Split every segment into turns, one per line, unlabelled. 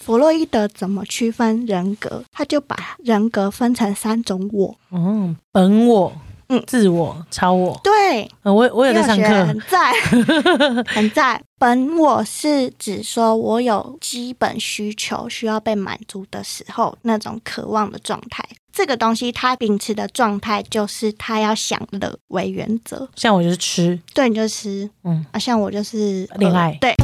弗洛伊德怎么区分人格？他就把人格分成三种我。
哦，本我、
嗯
自我、超我。
对，
呃、我我有在
要
上
学
课
很，在， 很在。本我是指说我有基本需求需要被满足的时候，那种渴望的状态。这个东西它秉持的状态就是他要享乐为原则。
像我就是吃，
对，你就是
嗯，
啊，像我就是
恋爱
呃对。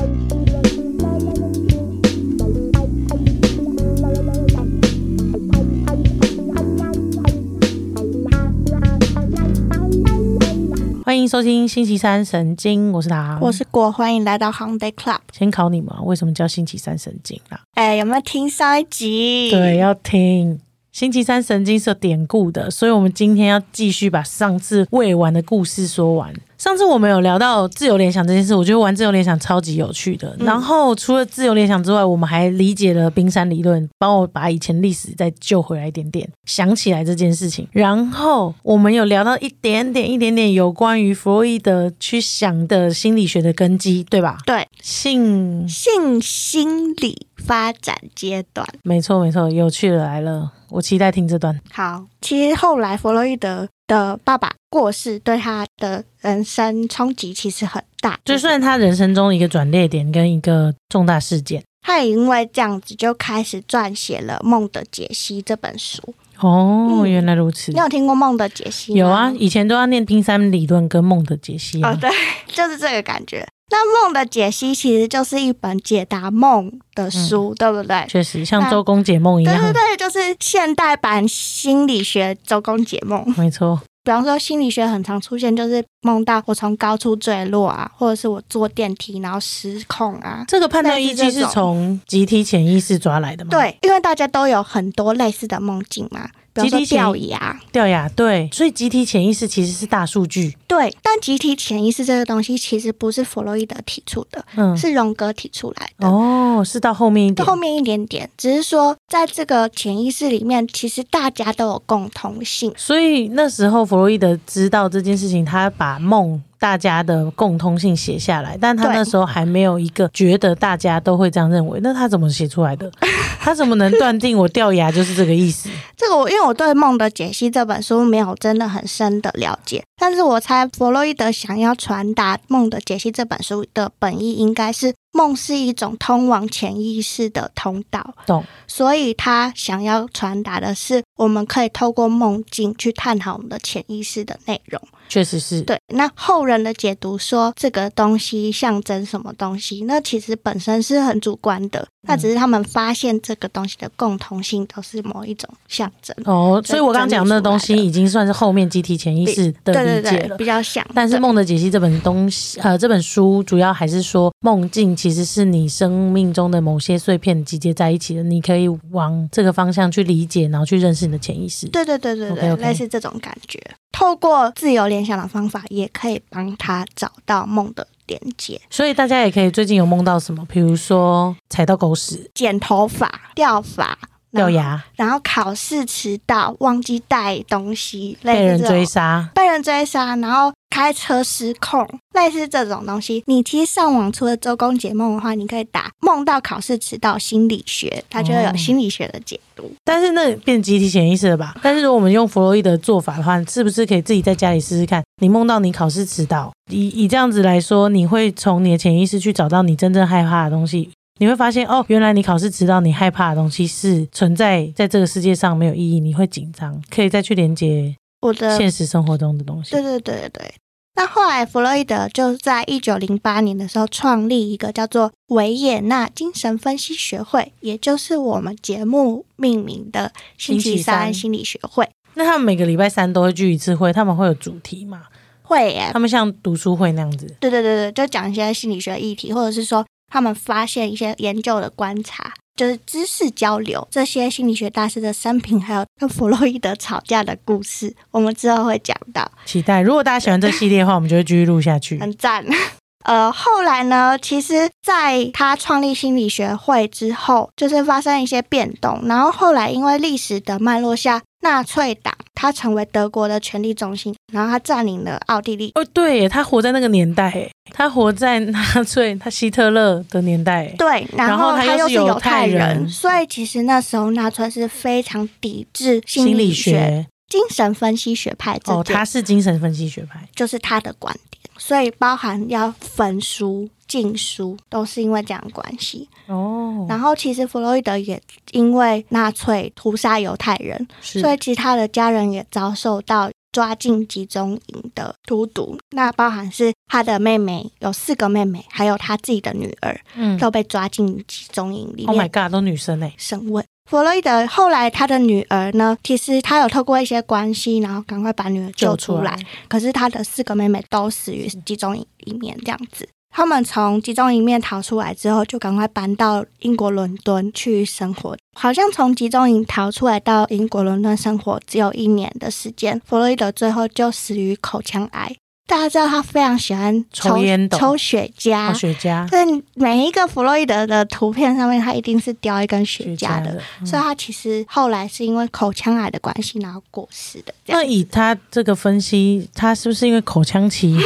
欢迎收听星期三神经，我是达。
我是果，欢迎来到 h o n d a y Club。
先考你嘛，为什么叫星期三神经啊啦、
哎，有没有听上一集？
对，，要听。星期三神经是有典故的，所以我们今天要继续把上次未完的故事说完。上次我们有聊到自由联想这件事，我觉得玩自由联想超级有趣的。然后除了自由联想之外，我们还理解了冰山理论，帮我把以前历史再救回来一点点，想起来这件事情。然后我们有聊到一点点、一点点有关于弗洛伊德去想的心理学的根基，对吧？
对，
性
性心理发展阶段。
没错，没错，有趣的来了，我期待听这段。
好，其实后来弗洛伊德的爸爸过世，对他的人生冲击其实很大，
就算他人生中一个转捩点跟一个重大事件
他也因为这样子就开始撰写了《梦的解析》这本书。
哦，
嗯
原来如此
你。有听过《梦的解析》吗？
有啊，以前都要念冰山理论跟梦的解析啊。
哦，对， 就是这个感觉。那《梦的解析》其实就是一本解答梦的书，对不对？
确实像
那
周公解嗯梦一
对对
样，
对，就是现代版心理学周公解梦。
没错。
比方说心理学很常出现，就是梦到我从高处坠落啊，或者是我坐电梯然后失控啊。
这个判断依据
类似这种
是从集体潜意识抓来的嘛？，
对，因为大家都有很多类似的梦境嘛，比方说啊
集体潜
掉牙。
掉牙对，所以集体潜意识其实是大数据。
对，但集体潜意识这个东西其实不是弗洛伊德提出的，
嗯，
是荣格提出来的。
哦，是到后面一点
后。面一点点，只是说在这个潜意识里面，其实大家都有共同性。
所以那时候弗洛伊德知道这件事情，他把梦大家的共通性写下来，但他
对
那时候还没有一个觉得大家都会这样认为，那他怎么写出来 的？他怎么能断定我掉牙就是这个意思？
这个我因为我对《梦的解析》这本书没有真的很深的了解，但是我猜弗洛伊德想要传达《梦的解析》这本书的本意应该是梦是一种通往潜意识的通道，
懂？
所以他想要传达的是我们可以透过梦境去探讨我们的潜意识的内容。
确实是，
对，那后人的解读说这个东西象征什么东西，那其实本身是很主观的，那只是他们发现这个东西的共同性都是某一种象征。
哦，所以我刚刚讲的那东西
整理出来的
已经算是后面集体潜意识的
对
理
对
解
对，
了。
比较像。
但是《
对
梦的解析》这本东西，呃，这本书主要还是说，梦境其实是你生命中的某些碎片集结在一起的，你可以往这个方向去理解，然后去认识你的潜意识。
对对对对对
OK，OK
类似这种感觉。透过自由联想的方法，也可以帮他找到梦的连接。
所以大家也可以最近有梦到什么，比如说踩到狗屎、
剪头发、掉发、然
掉
后，
牙、
然后考试迟到、忘记带东西，嗯类
被
似
人
这
追
种
杀。
被人追杀，然后开车失控，类似这种东西。你其实上网除了周公解梦的话，你可以打“梦到考试迟到心理学”，它就会有
哦
心理学的解读。
但是那变集体潜意识了吧？但是如果我们用弗洛伊德的做法的话，是不是可以自己在家里试试看？你梦到你考试迟到，以以这样子来说，你会从你的潜意识去找到你真正害怕的东西。你会发现哦，原来你考试迟到，你害怕的东西是存在在这个世界上没有意义，你会紧张，可以再去连接
我的
现实生活中的东西
对。对对对对。那后来，弗洛伊德就在一九零八年的时候创立一个叫做维也纳精神分析学会，也就是我们节目命名的星
星
期
期三
三心理学会。
那他们每个礼拜三都会聚一次会，他们会有主题嘛？
会耶，
他们像读书会那样子。
对对对对，就讲一些心理学议题，或者是说他们发现一些研究的观察，就是知识交流。这些心理学大师的生平，还有跟弗洛伊德吵架的故事，我们之后会讲到。
期待。如果大家喜欢这系列的话，我们就会继续录下去。
很赞。 呃，后来呢，其实在他创立心理学会之后，就是发生一些变动，然后后来因为历史的脉络下，纳粹党它成为德国的权力中心，然后它占领了奥地利。
哦，对耶，他活在那个年代耶，他活在纳粹、他希特勒的年代耶。
对，
然后
后
他
他
又
又
是
是
犹
犹
太
太
人
人，所以其实那时候纳粹是非常抵制心
心理
理学、
学
精神分析学派这
哦，
件
他是精神分析学派。
就是他的观点，所以包含要焚书、禁书，都是因为这样的关系。
哦，
然后其实弗洛伊德也因为纳粹屠杀犹太人，
是
所以其实他的家人也遭受到抓进集中营的荼毒。那包含是他的妹妹，有四个妹妹，还有他自己的女儿
嗯
都被抓进集中营里
，Oh my
面
god，都女生哎，
审问。弗洛伊德后来他的女儿呢，其实他有透过一些关系，然后赶快把女儿救出来。可是他的四个妹妹都死于集中营里面，这样子。他们从集中营里面逃出来之后，就赶快搬到英国伦敦去生活。好像从集中营逃出来到英国伦敦生活只有一年的时间，弗洛伊德最后就死于口腔癌。大家知道他非常喜欢
抽烟斗
抽雪
化
茄。
学家、
所以每一个弗洛伊德的图片上面，他一定是雕一根雪
学
茄
家
的。
的。嗯
所以他其实后来是因为口腔癌的关系，然后过世的。这样
那以他这个分析，他是不是因为口腔期？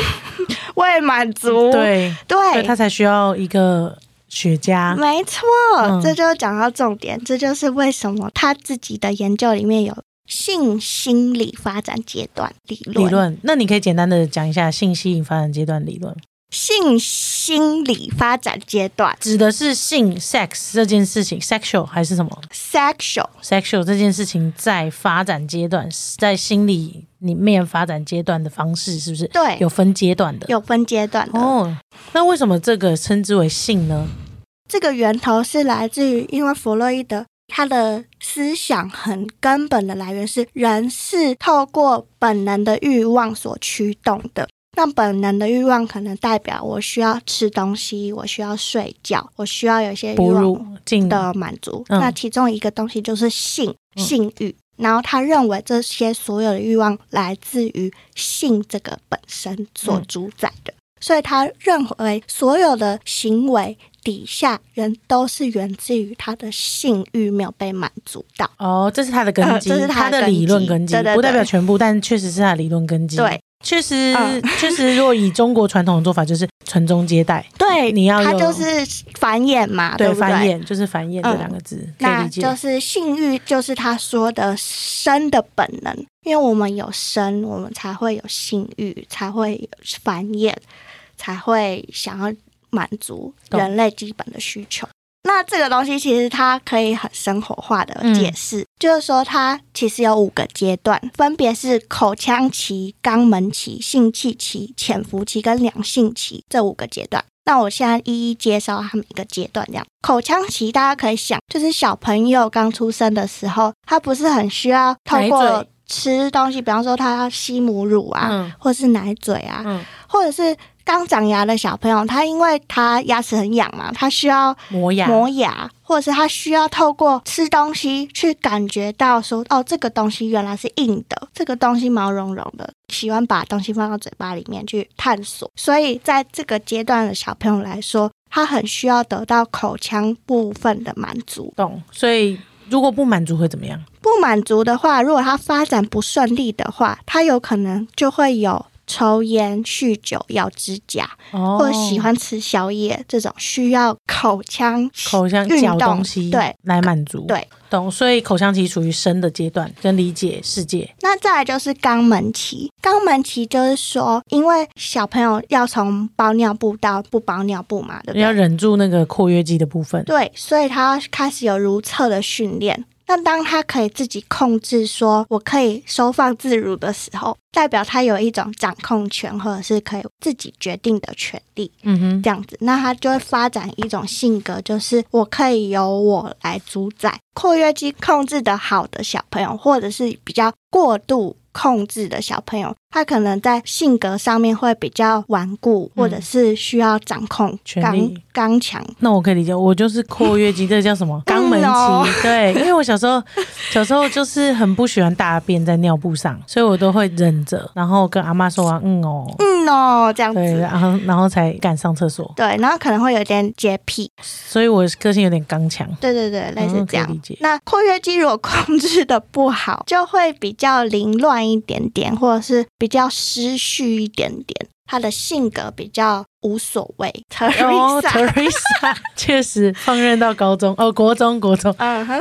未满足，
嗯对，所
哦对
以他才需要一个雪茄。
没错，
嗯
这就讲到重点，这就是为什么他自己的研究里面有性心理发展阶段理论。
理论，那你可以简单的讲一下性吸引发展阶段理论，
性心理发展阶段
指的是性 sex 这件事情，sexual 还是什么
（sexual）。
sexual 这件事情在发展阶段，在心理里面发展阶段的方式，是不是？
对
有分阶段的。
有分阶段的，
哦，那为什么这个称之为性呢？
这个源头是来自于，因为弗洛伊德他的思想很根本的来源是人是透过本能的欲望所驱动的。那本能的欲望可能代表我需要吃东西，我需要睡觉，我需要有一些欲
哺
望
乳进
的满足。
嗯
那其中一个东西就是性，
嗯
性欲。然后他认为这些所有的欲望来自于性这个本身所
嗯
主宰的，所以他认为所有的行为底下人都是源自于他的性欲没有被满足到。
哦，这是他的根基，
呃这是他的
的
根基
理论根基，
对对对
不代表全部，但确实是他的理论根基。
对，
确实，
嗯
确实，如果以中国传统的做法，就是传宗接代，
对，
你要有
他就是繁衍嘛，
对，
不啊对？
繁衍就是繁衍
嗯
这两个字，可以
那
理解。
就是性欲，就是他说的生的本能，因为我们有生，我们才会有性欲，才会有繁衍，才会想要满足
懂
人类基本的需求。那这个东西其实它可以很生活化的
嗯
解释，就是说它其实有五个阶段，分别是口腔期、肛门期、性器期、潜伏期跟两性期这五个阶段。那我现在一一介绍它每个阶段。这样，口腔期大家可以想，就是小朋友刚出生的时候，他不是很需要透
奶
过
嘴
吃东西，比方说他要吸母乳啊，
嗯
或是奶嘴啊，
嗯，
或者是刚长牙的小朋友，他因为他牙齿很痒嘛，他需要
磨牙，
磨牙，或者是他需要透过吃东西去感觉到说，哦，这个东西原来是硬的，这个东西毛茸茸的，喜欢把东西放到嘴巴里面去探索。所以在这个阶段的小朋友来说，他很需要得到口腔部分的满足。
懂。所以如果不满足会怎么样？
不满足的话，如果他发展不顺利的话，他有可能就会有抽烟、酗酒、咬指甲。
哦，
或者喜欢吃宵夜这种需要口腔
口腔
运
嚼
动
东西，
对，
来满足，
对，
懂。所以口腔期处于生的阶段，跟理解世界，
那再来就是肛门期，肛门期就是说，因为小朋友要从包尿布到不包尿布嘛，对不
要
对？
忍住那个括约肌的部分。
对，所以他开始有如厕的训练。那当他可以自己控制说我可以收放自如的时候，代表他有一种掌控权，或者是可以自己决定的权利。
嗯哼，
这样子，那他就会发展一种性格，就是我可以由我来主宰。括约肌控制的好的小朋友，或者是比较过度控制的小朋友，他可能在性格上面会比较顽固，或者是需要掌控、
权
刚
力
刚强。
那我可以理解，我就是括约肌，这个叫什么？肛门
嗯哦
期。 对，因为我小时候小时候就是很不喜欢大便在尿布上，所以我都会忍着，然后跟阿妈说完嗯哦，
嗯哦，这样
对，
子。
然后然后才敢上厕所，
对，然后可能会有点洁癖，
所以我个性有点刚强。
对对对，类似
嗯
这样。
可以理解
那括约肌如果控制的不好，就会比较凌乱一点点，或者是比较失序一点点。他的性格比较无所谓，Teresa，
哦 ，Teresa，确实放任到高中哦，国中国中，
嗯 哼，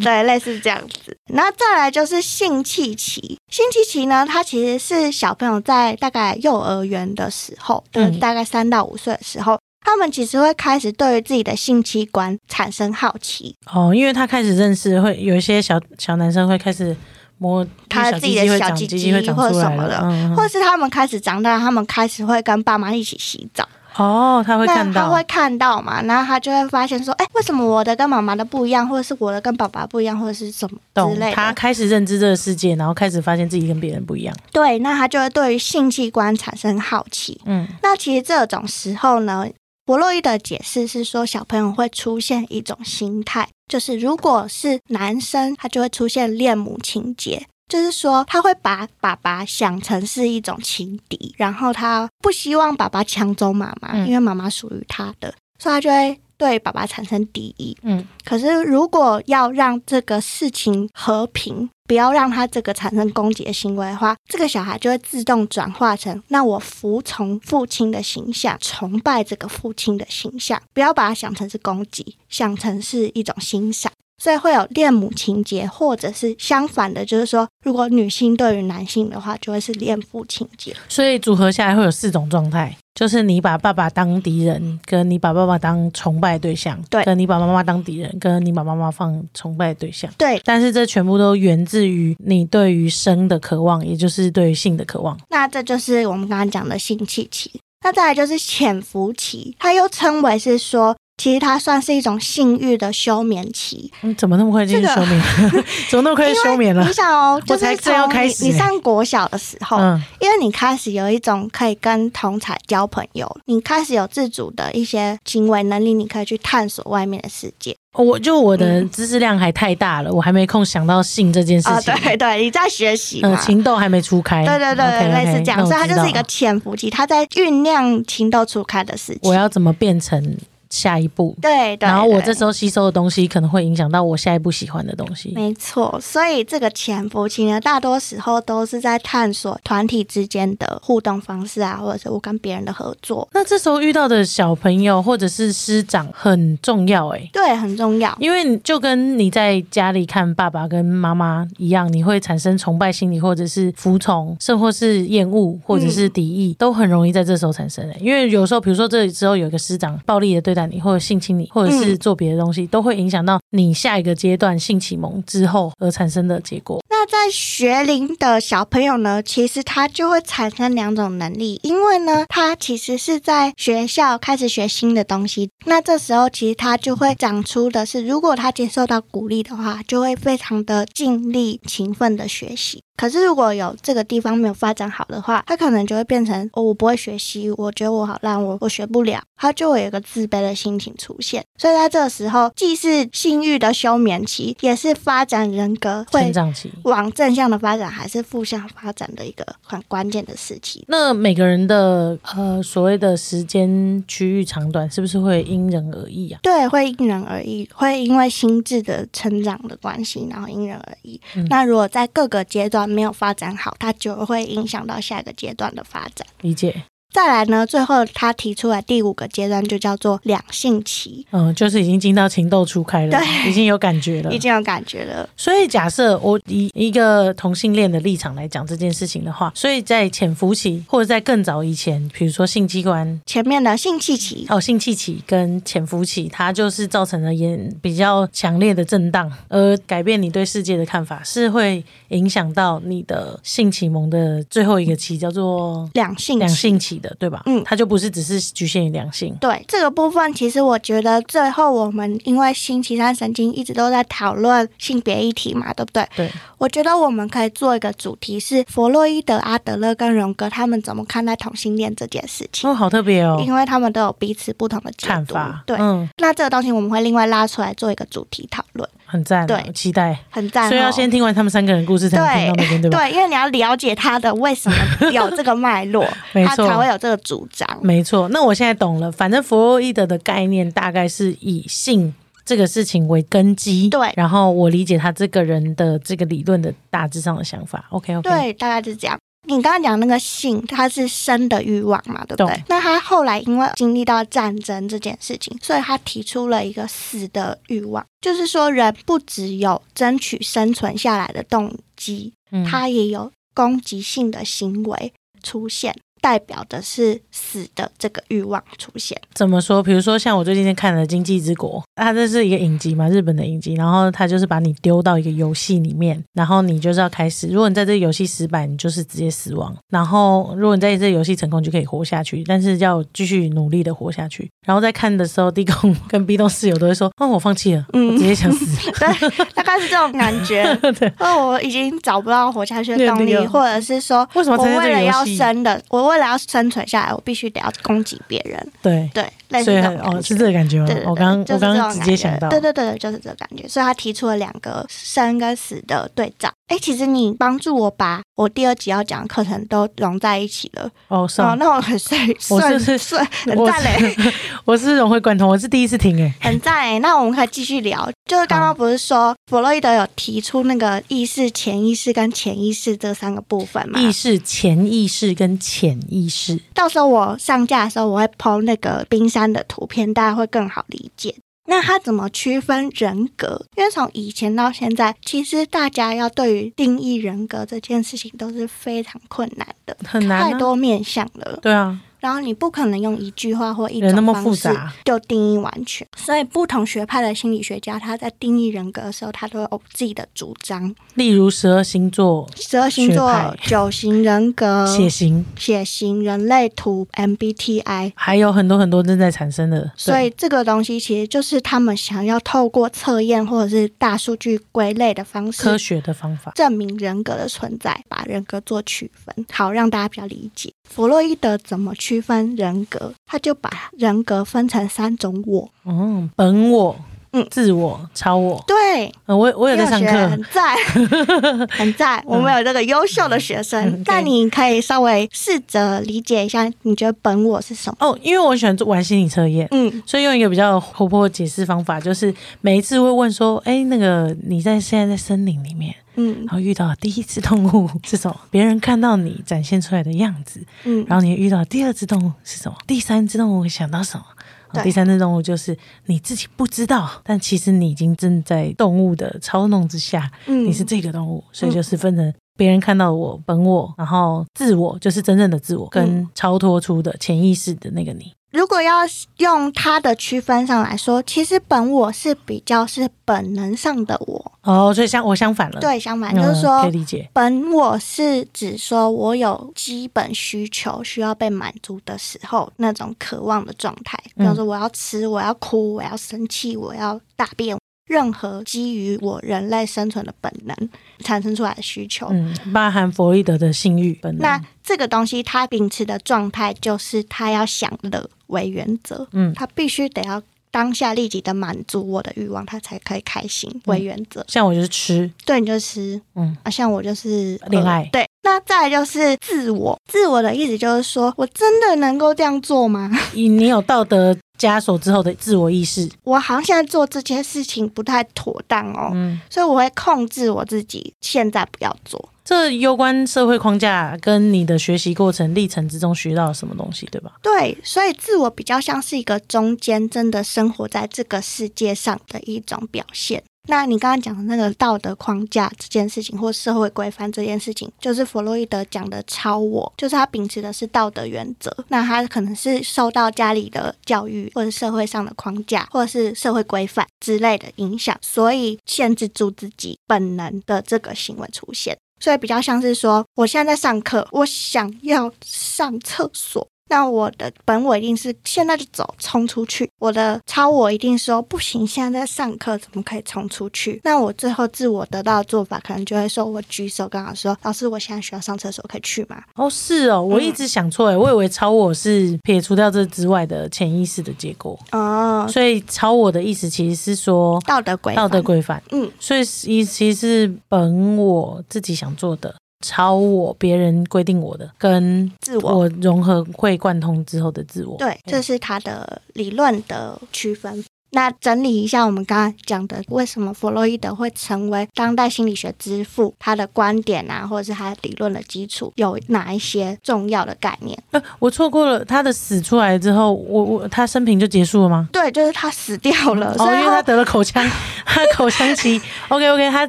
对，类似这样子。那再来就是性器期，性器期呢，它其实是小朋友在大概幼儿园的时候，就是
嗯
大概三到五岁的时候，他们其实会开始对于自己的性器官产生好奇。
哦，因为他开始认识会有一些小小男生会开始摸
他
小
自己
鸡鸡
的
会
小
长
鸡
鸡鸡会
鸡
长
或
出
什
来
么
了，
的，
嗯嗯
或是他们开始长大，他们开始会跟爸妈一起洗澡，
哦，他会
那
看
他
到
会看到嘛，然后他就会发现说，哎、为什么我的跟妈妈的不一样，或者是我的跟爸爸不一样，或者是什么
懂
之类
他
的。
开始认知这个世界，然后开始发现自己跟别人不一样。
对，那他就会对于性器官产生好奇。
嗯，
那其实这种时候呢，弗洛伊德解释是说，小朋友会出现一种心态，就是如果是男生，他就会出现恋母情节。就是说，他会把爸爸想成是一种情敌，然后他不希望爸爸抢走妈妈，
嗯
因为妈妈属于他的，所以他就会对爸爸产生敌意。
嗯，
可是如果要让这个事情和平，不要让他这个产生攻击的行为的话，这个小孩就会自动转化成那我服从父亲的形象，崇拜这个父亲的形象，不要把它想成是攻击，想成是一种欣赏。所以会有恋母情节，或者是相反的，就是说，如果女性对于男性的话，就会是恋父情节。
所以组合下来会有四种状态，就是你把爸爸当敌人，跟你把爸爸当崇拜对象，
对
跟你把妈妈当敌人，跟你把妈妈放崇拜对象。
对，
但是这全部都源自于你对于生的渴望，也就是对于性的渴望。
那这就是我们刚刚讲的性器期。那再来就是潜伏期，它又称为是说，其实它算是一种性欲的休眠期。
嗯，怎么那么快进去
这
休
个
眠？ 怎么那么快就休眠了
你？想哦，就
我才
是
正要
从
开
你
始
你
欸
上国小的时候，
嗯，
因为你开始有一种可以跟同才交朋友，你开始有自主的一些行为能力，你可以去探索外面的世界。
我就我的
嗯
知识量还太大了，我还没空想到性这件事
啊、
情。
对对，你在学习
嗯，
嘛？
情窦还没初开。
对对对
OK，OK，
类似这
那
样，
我
所以它就
知道
是一个
了
潜伏期，它在酝酿情窦初开的事情。
我要怎么变成下一步？
对对，
然后我
对
这时候吸收的东西可能会影响到我下一步喜欢的东西。
没错，所以这个潜伏期呢，大多时候都是在探索团体之间的互动方式啊，或者是我跟别人的合作，
那这时候遇到的小朋友或者是师长很重要哎诶、
对，很重要。
因为你就跟你在家里看爸爸跟妈妈一样，你会产生崇拜心理，或者是服从，甚或是厌恶，或者是敌意，都很容易在这时候产生、欸。因为有时候，比如说这里之后有一个师长暴力的对待你，或者性侵你，或者是做别的东西，都会影响到你下一个阶段性启蒙之后而产生的结果。
那在学龄的小朋友呢，其实他就会产生两种能力，因为呢，他其实是在学校开始学新的东西，那这时候其实他就会长出的是，如果他接受到鼓励的话，就会非常的尽力、勤奋的学习。可是如果有这个地方没有发展好的话，他可能就会变成、哦、我不会学习，我觉得我好烂，我我学不了，他就会有一个自卑的心情出现。所以在这个时候，既是性欲的休眠期，也是发展人格会
成长期。
往正向的发展还是负向发展的一个很关键的时期。
那每个人的呃所谓的时间区域长短，是不是会因人而异啊？
对，会因人而异，会因为心智的成长的关系，然后因人而异。
嗯
那如果在各个阶段没有发展好，它就会影响到下一个阶段的发展。
理解，
再来呢，最后他提出来第五个阶段就叫做两性期，
嗯，就是已经进到情窦初开了，
对
已经有感觉了，
已经有感觉了。
所以，假设我以一个同性恋的立场来讲这件事情的话，所以在潜伏期或者在更早以前，比如说性器官
前面的性器期，
哦、性器期跟潜伏期，它就是造成了严比较强烈的震荡，而呃改变你对世界的看法，是会影响到你的性启蒙的最后一个期，叫做
两性
两
期
性期的，对吧？
嗯
它就不是只是局限于良性。
对这个部分，其实我觉得最后我们因为星期三神经一直都在讨论性别议题嘛，对不对？
对，
我觉得我们可以做一个主题是弗洛伊德、阿德勒跟荣格他们怎么看待同性恋这件事情，
哦，好特别哦，
因为他们都有彼此不同的解
看
读
法。，
对，
嗯，
那这个东西我们会另外拉出来做一个主题讨论，
很赞哦，
对
期待。
很赞、哦。
所以要先听完他们三个人的故事，才能听到那边，对吧？
对，因为你要了解他的为什么有这个脉络，
没
他
错
才会有这个主张。
没错，那我现在懂了。反正弗洛伊德的概念大概是以性这个事情为根基，
对
然后我理解他这个人的这个理论的大致上的想法。OK OK，，
对，大概是这样。你刚刚讲那个性，它是生的欲望嘛，对不对
懂？
那他后来因为经历到战争这件事情，所以他提出了一个死的欲望，就是说人不只有争取生存下来的动机，
嗯
他也有攻击性的行为出现，代表的是死的这个欲望出现。
怎么说？比如说像我最近看了《经济之国》，啊它这是一个影集嘛，日本的影集，然后它就是把你丢到一个游戏里面，然后你就是要开始。如果你在这个游戏失败，你就是直接死亡；然后如果你在这个游戏成功，你就可以活下去，但是要继续努力的活下去。然后在看的时候，地公跟 B 栋室友都会说：“哦，我放弃了，
嗯
我直接想 死。
对，大概是这种感觉。
对
哦，我已经找不到活下去的动
对
力，
对
或者是说，
为什么
我
参加这
为了
个游
要
戏
生的，我为了要生存下来，我必须得要攻击别人，
对，
对，类似
所以
这
很
种感
哦，
觉。
是这个感觉吗
对对对，？
我刚
就
我
是这
刚
种
刚直接想到
感觉，对对对，就是这个感觉。所以他提出了两个生跟死的对照。哎，其实你帮助我把我第二集要讲的课程都融在一起了，
哦，是
哦
吗，
那我很顺
我是
顺
是
顺，很
我
赞欸嘞。
是 我是融会贯通，我是第一次听欸诶。
很赞哎、那我们可以继续聊，就是刚刚不是说弗洛伊德有提出那个意识、潜意识跟潜意识这三个部分嘛？
意识、潜意识跟潜意识，
到时候我上架的时候，我会 PO 那个冰山的图片，大家会更好理解。那他怎么区分人格？因为从以前到现在，其实大家要对于定义人格这件事情都是非常困难的，
很难、啊。
太多面向了。
对啊，
然后你不可能用一句话或一
人那
种
么
方
复
式
杂
就定义完全。所以不同学派的心理学家，他在定义人格的时候，他都有自己的主张。
例如十二星座、
十二星座
学派、
九型人格、
血型，
血型、人类图、MBTI。
还有很多很多正在产生的。
所
对
以这个东西其实就是他们想要透过测验或者是大数据归类的方
科
式，
学的方法，
证明人格的存在，把人格做区分，好让大家比较理解。弗洛伊德怎么区分人格？他就把人格分成三种我。
嗯，本我、
嗯
自我、超我。
对，
嗯，我我有在上
因为我觉得
课
很，赞，很赞。 我们有这个优秀的学生
嗯，
那、
对
你可以稍微试着理解一下，你觉得本我是什么？
哦，因为我喜欢做玩心理测验。
嗯，
所以用一个比较活泼的解释方法，就是每一次会问说：“哎、那个你在现在在森林里面，
嗯
然后遇到的第一只动物是什么？别人看到你展现出来的样子，
嗯，
然后你遇到第二只动物是什么？第三只动物会想到什么？
对
哦第三只动物就是你自己不知道，但其实你已经正在动物的操弄之下，
嗯
你是这个动物，所以就是分成别人看到我本我，然后自我就是真正的自我，
嗯
跟超脱出的潜意识的那个你。
如果要用它的区分上来说，其实本我是比较是本能上的我，
哦，所以相我相反了，
对，相反
嗯，
就是
可以
说。
理解。
本我是指说我有基本需求需要被满足的时候，那种渴望的状态，比方说我要吃，我要哭，我要生气，我要大便，任何基于我人类生存的本能产生出来的需求。
嗯，包含弗洛伊德的性欲本
那
能。
这个东西，它秉持的状态就是他要享乐为原则，
嗯
他必须得要当下立即的满足我的欲望，他才可以开
嗯
心为原则。
像我就是吃，
对你就是，
嗯
嗯，啊，像我就是
恋爱
呃对。那再来就是自我，自我的意思就是说我真的能够这样做吗？
你你有道德枷锁之后的自我意识，
我好像现在做这些事情不太妥当哦，
嗯，
所以我会控制我自己，现在不要做。
这攸关社会框架跟你的学习过程历程之中学到什么东西，对吧？
对，所以自我比较像是一个中间真的生活在这个世界上的一种表现。那你刚刚讲的那个道德框架这件事情，或社会规范这件事情，就是弗洛伊德讲的超我，就是他秉持的是道德原则。那他可能是受到家里的教育，或者社会上的框架，或者是社会规范之类的影响，所以限制住自己本能的这个行为出现。所以比较像是说，我现在在上课，我想要上厕所，那我的本我一定是现在就走，冲出去。我的超我一定说不行，现在在上课，怎么可以冲出去？那我最后自我得到的做法，可能就会说我举手跟老师说，老师，我现在需要上厕所，可以去吗？
哦，是
嗯
哦，我一直想错哎，我以为超我是撇除掉这之外的潜意识的结果，
哦，
所以超我的意思其实是说
道德规范，
道德规范，
嗯，
所以是一其实是本我自己想做的，超我别人规定我的，跟
自我。
我融合会贯通之后的自我。哎
对，这是它的理论的区分。那整理一下我们刚刚讲的，为什么弗洛伊德会成为当代心理学之父？他的观点啊，或者是他理论的基础有哪一些重要的概念？
呃，我错过了他的死出来之后，我我他生平就结束了吗？
对，就是他死掉了，
哦，
所以
因为
他
他得了 口腔，他口腔期。OK OK，他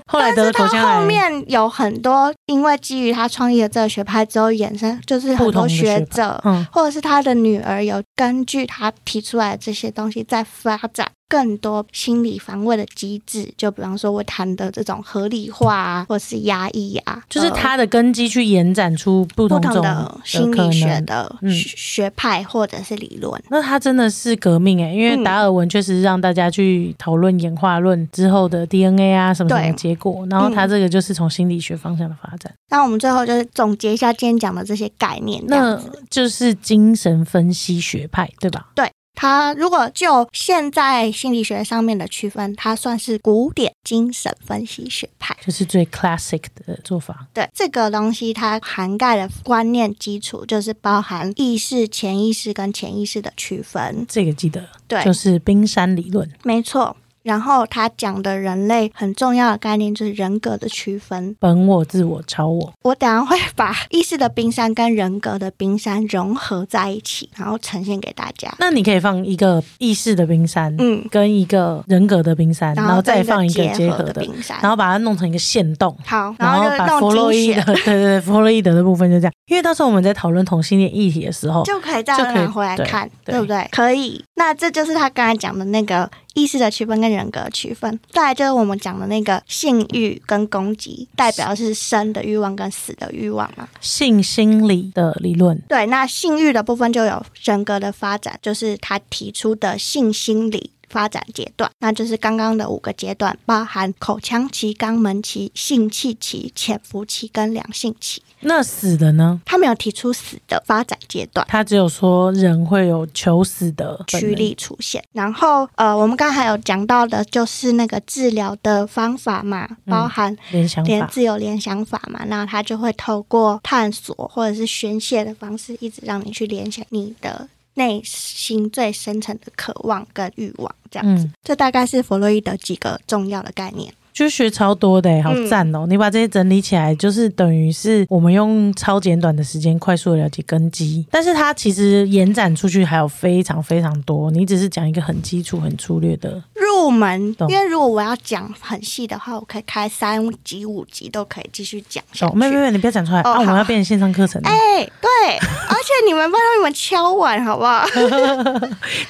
后来得了口腔
后
癌。
面有很多，因为基于他创立了这个学派之后衍生，就是很
不同
多
的
学
学派
者
嗯，
或者是他的女儿有根据他提出来的这些东西，在发展更多心理防卫的机制，就比方说我谈的这种合理化啊，或是压抑啊，
就是
呃
他的根基去延展出不
不
同
同
种
的心
可
理学
能。
的
嗯
学学派或者是理论。
那他真的是革命诶、因
嗯
为达尔文确实让大家去讨论演化论之后的 DNA 啊什么什
对嗯
么结果，然后他这个就是从心理学方向的发展，
那我们最后就是总结一下今天讲的这些概念，这样
那
子。
就是精神分析学派，对吧？
对它，如果就现在心理学上面的区分，它算是古典精神分析学派。
就是最 classic 的做法。
对这个东西，它涵盖的观念基础就是包含意识、潜意识跟潜意识的区分。
这个记得，
对，
就是冰山理论。
没错。然后它讲的人类很重要的概念就是人格的区分。
本我、自我、超我，
我等一下会把意识的冰山跟人格的冰山融合在一起，然后呈现给大家。
那你可以放一个意识的冰山，
嗯，
跟一个人格的冰山，然后再
跟
放一个结
结
合
的
的，
冰山
然。后把它弄成一个线洞。
好，
然后
就
把
弄
弗洛
精
伊
选
德，对对对，弗洛伊德的部分就这样，因为到时候我们在讨论同性恋议题的时候，
哦就可以再
就可以
拿回来
对
看，对
对
不对？可以。那这就是他刚才讲的那个意识的区分跟人格的区分。再来就是我们讲的那个性欲跟攻击，代表是生的欲望跟死的欲望嘛。
性心理的理论，
对，那性欲的部分就有人格的发展，就是他提出的性心理。发展阶段，那就是刚刚的五个阶段，包含口腔期、肛门期、性器期、潜伏期跟良性期。
那死的呢？
他没有提出死的发展阶段。
他只有说人会有求死的本
驱
能，
力出现。然后呃，我们刚才有讲到的就是那个治疗的方法嘛，包含
联嗯想
连
法。
自由联想法嘛，那它就会透过探索或者是宣泄的方式，一直让你去联想你的。内心最深层的渴望跟欲望，这样子，
嗯
这大概是弗洛伊德几个重要的概念。
就学超多的、欸，好
嗯
赞哦、你把这些整理起来，就是等于是我们用超简短的时间快速的了解根基，但是它其实延展出去还有非常非常多。你只是讲一个很基础、很粗略的，
入门，
懂
因为如果我要讲很细的话，我可以开三集、五集都可以继续讲下
哦，
去。
没有没有，你不要讲出来、
哦
啊！我们
好
要变成线上课程了，
哎、对，而且你们拜托你们敲碗好不好？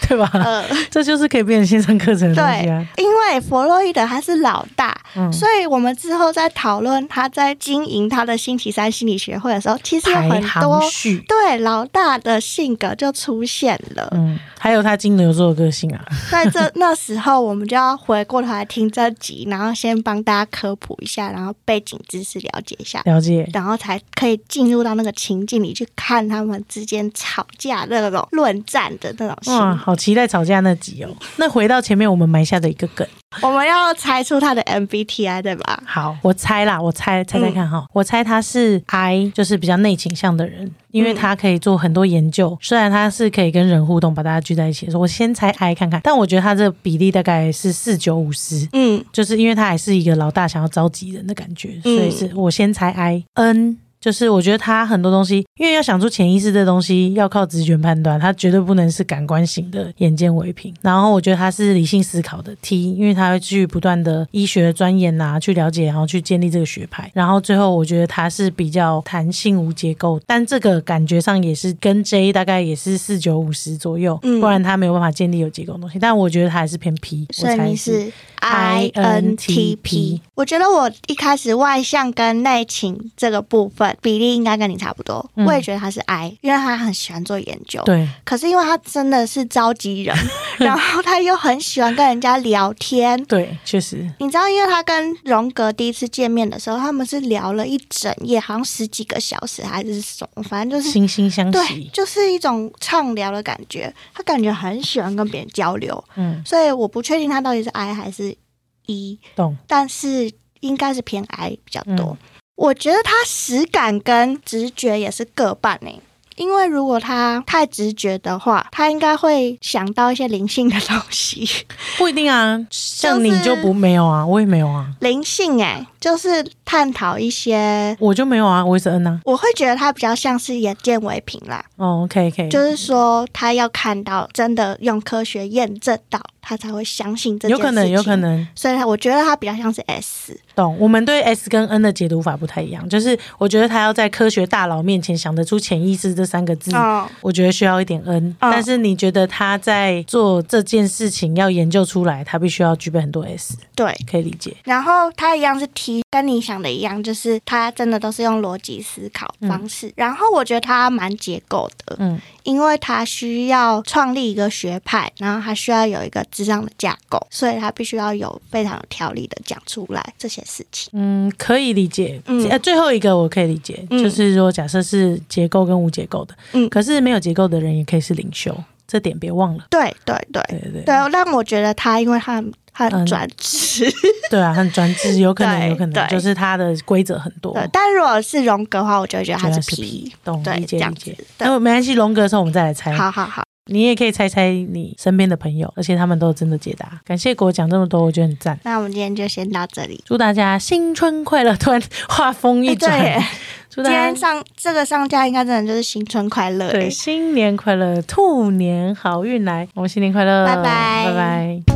对吧？
呃，
这就是可以变成线上课程的东西
对
啊。，
因为弗洛伊德他是老大，
嗯
所以我们之后在讨论他在经营他的星期三心理学会的时候，其实有
排
很
行
多
序，
对老大的性格就出现了。
嗯，还有他金牛座的个性啊，
在这那时候，我们就要回过头来听这集，然后先帮大家科普一下，然后背景知识了解一下。
了解。
然后才可以进入到那个情境里去看他们之间吵架那种论战的那种心
哇，好期待吵架那集哦！那回到前面我们埋下的一个梗，
我们要猜出他的 MBTI 对吧？
好，我猜啦，我猜猜猜看哈、我猜他是 I，就是比较内倾向的人，因为他可以做很多研究，虽然他是可以跟人互动，把大家聚在一起的时候。我先猜 I 看看，但我觉得他这个比例大概是四九五十。
嗯，
就是因为他还是一个老大想要召集人的感觉，所
嗯
以是我先猜 I N，就是我觉得他很多东西，因为要想出潜意识这东西，要靠直觉判断，他绝对不能是感官型的眼见为凭。然后我觉得他是理性思考的 T，因为他会去不断的医学钻研啊，去了解，然后去建立这个学派。然后最后我觉得他是比较弹性无结构，但这个感觉上也是跟 J 大概也是四九五十左右，
嗯
不然他没有办法建立有结构的东西。但我觉得他还是偏 P，我
所以
猜
你是 INTP
INTP。
我觉得我一开始外向跟内倾这个部分，的比例应该跟你差不多。
嗯
我也觉得他是 I，因为他很喜欢做研究。
对，
可是因为他真的是召集 人，然后他又很喜欢跟人家聊天。
对，确实，
你知道，因为他跟荣格第一次见面的时候，他们是聊了一整夜，好像十几个小时还是什么，反正就是
惺惺相
对，
惜。
就是一种畅聊的感觉。他感觉很喜欢跟别人交流，
嗯，
所以我不确定他到底是 I 还是 E，
懂。嗯
但是应该是偏 I 比较多。我觉得他实感跟直觉也是各半诶、因为如果他太直觉的话，他应该会想到一些灵性的东西。
不一定啊， 像
就是
你就不没有啊，我也没有啊，
灵性诶、就是探讨一些，
我就没有啊，我也是 N 啊。
我会觉得他比较像是眼见为凭啦，
哦，OK OK，
就是说他要看到真的用科学验证到，他才会相信这件
有
事情。
可能，有可。能
所以我觉得他比较像是 S，
懂。我们对 S 跟 N 的解读法不太一样，就是我觉得他要在科学大佬面前想得出潜意识这三个字。
嗯，
我觉得需要一点 N，、但
哦
是你觉得他在做这件事情要研究出来，他必须要具备很多 S，
对。
可以理解。
然后他一样是 T，跟你想的一样，就是他真的都是用逻辑思考方式。然后我觉得他蛮结构的，
嗯，
因为他需要创立一个学派，然后他需要有一个智障的架构，所以他必须要有非常有条理的讲出来这些事情。
嗯，可以理解。
嗯
呃，最后一个我可以理解，
嗯
就是说，假设是结构跟无结构的，
嗯
可是没有结构的人也可以是领袖，这点别忘了。
对对对
对对
对，但我觉得他因为他很他很
嗯
专制，
对啊，很专制，有可能，
对
有可能，
对
就是他的规则很多。
对。但如果是荣格的话，我就会觉得他
觉
是
得
P。
懂
对
理解
这样
理解
子。对
那没关系，龙哥的时候我们再来猜。
好好好，
你也可以猜猜你身边的朋友，而且他们都有真的解答。感谢给我讲这么多，我觉得很赞。
那我们今天就先到这里。
祝大家新春快乐！ 突然话锋一
哎对耶
转，， 祝
今
大
天
家
上这个上架应该真的就是新春快乐、欸。
对新年快乐，兔年好运来！我们新年快乐，
拜拜
拜拜。